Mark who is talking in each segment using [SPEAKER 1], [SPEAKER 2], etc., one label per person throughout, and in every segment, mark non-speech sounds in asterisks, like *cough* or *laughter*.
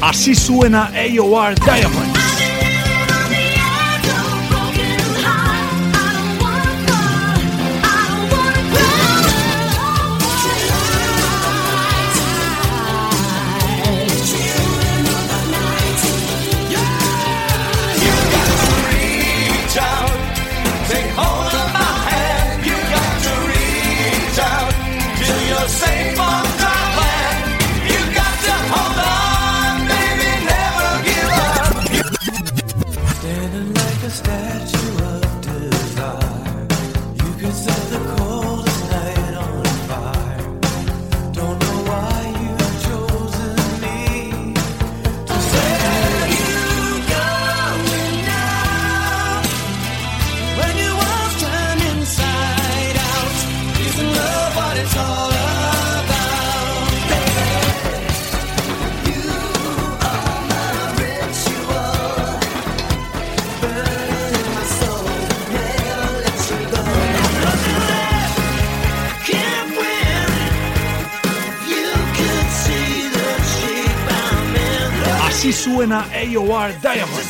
[SPEAKER 1] Así suena AOR Diamond. Así suena AOR Diamond.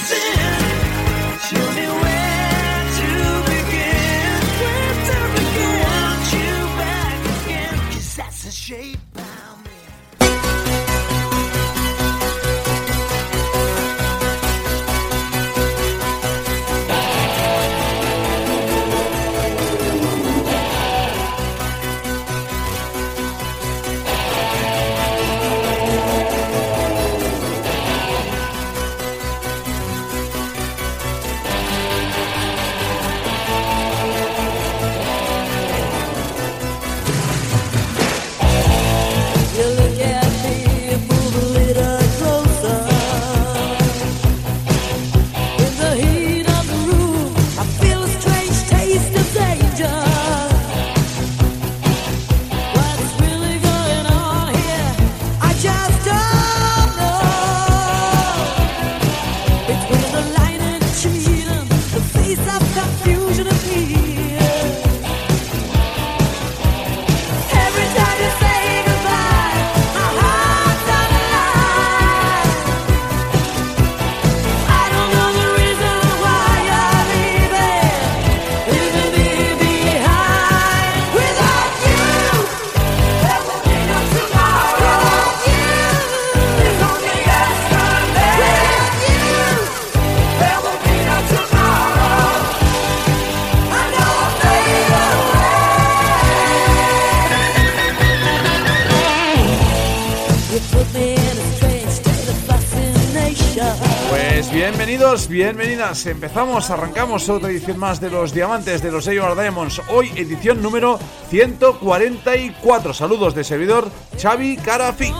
[SPEAKER 2] Pues Bienvenidos, bienvenidas. Empezamos, arrancamos otra edición más de los Diamantes de los AOR Diamonds. Hoy edición número 144. Saludos de servidor Xavi Carafi.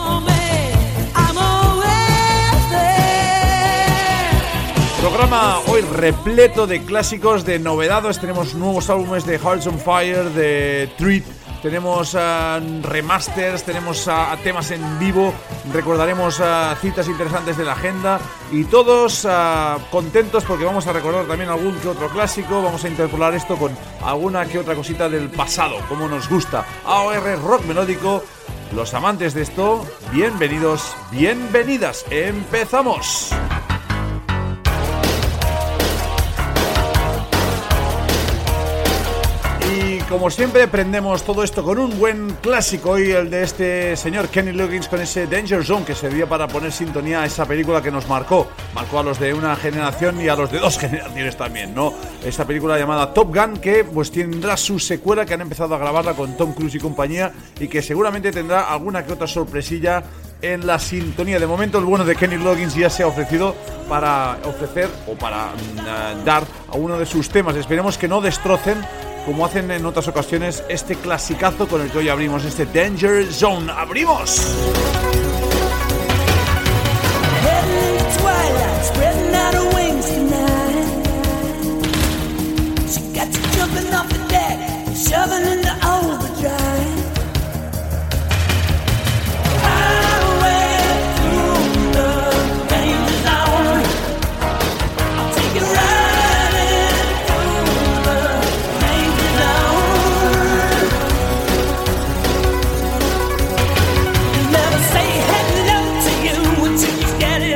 [SPEAKER 2] Programa hoy repleto de clásicos, de novedades. Tenemos nuevos álbumes de Hearts on Fire, de Treat tenemos uh, remasters, tenemos uh, temas en vivo, recordaremos uh, citas interesantes de la agenda y todos ah, contentos porque vamos a recordar también algún que otro clásico, vamos a interpolar esto con alguna que otra cosita del pasado, como nos gusta. AOR Rock Melódico, los amantes de esto, bienvenidos, bienvenidas, empezamos. como siempre, prendemos todo esto con un buen clásico hoy, el de este señor Kenny Loggins con ese Danger Zone que servía para poner sintonía a esa película que nos marcó. Marcó a los de una generación y a los de dos *laughs* generaciones también, ¿no? Esta película llamada Top Gun que pues tendrá su secuela que han empezado a grabarla con Tom Cruise y compañía y que seguramente tendrá alguna que otra sorpresilla en la sintonía. De momento, el bueno de Kenny Loggins ya se ha ofrecido para ofrecer o para uh, dar a uno de sus temas. Esperemos que no destrocen como hacen en otras ocasiones, este clasicazo con el que hoy abrimos este Danger Zone. ¡Abrimos!
[SPEAKER 3] say hello to you until you get it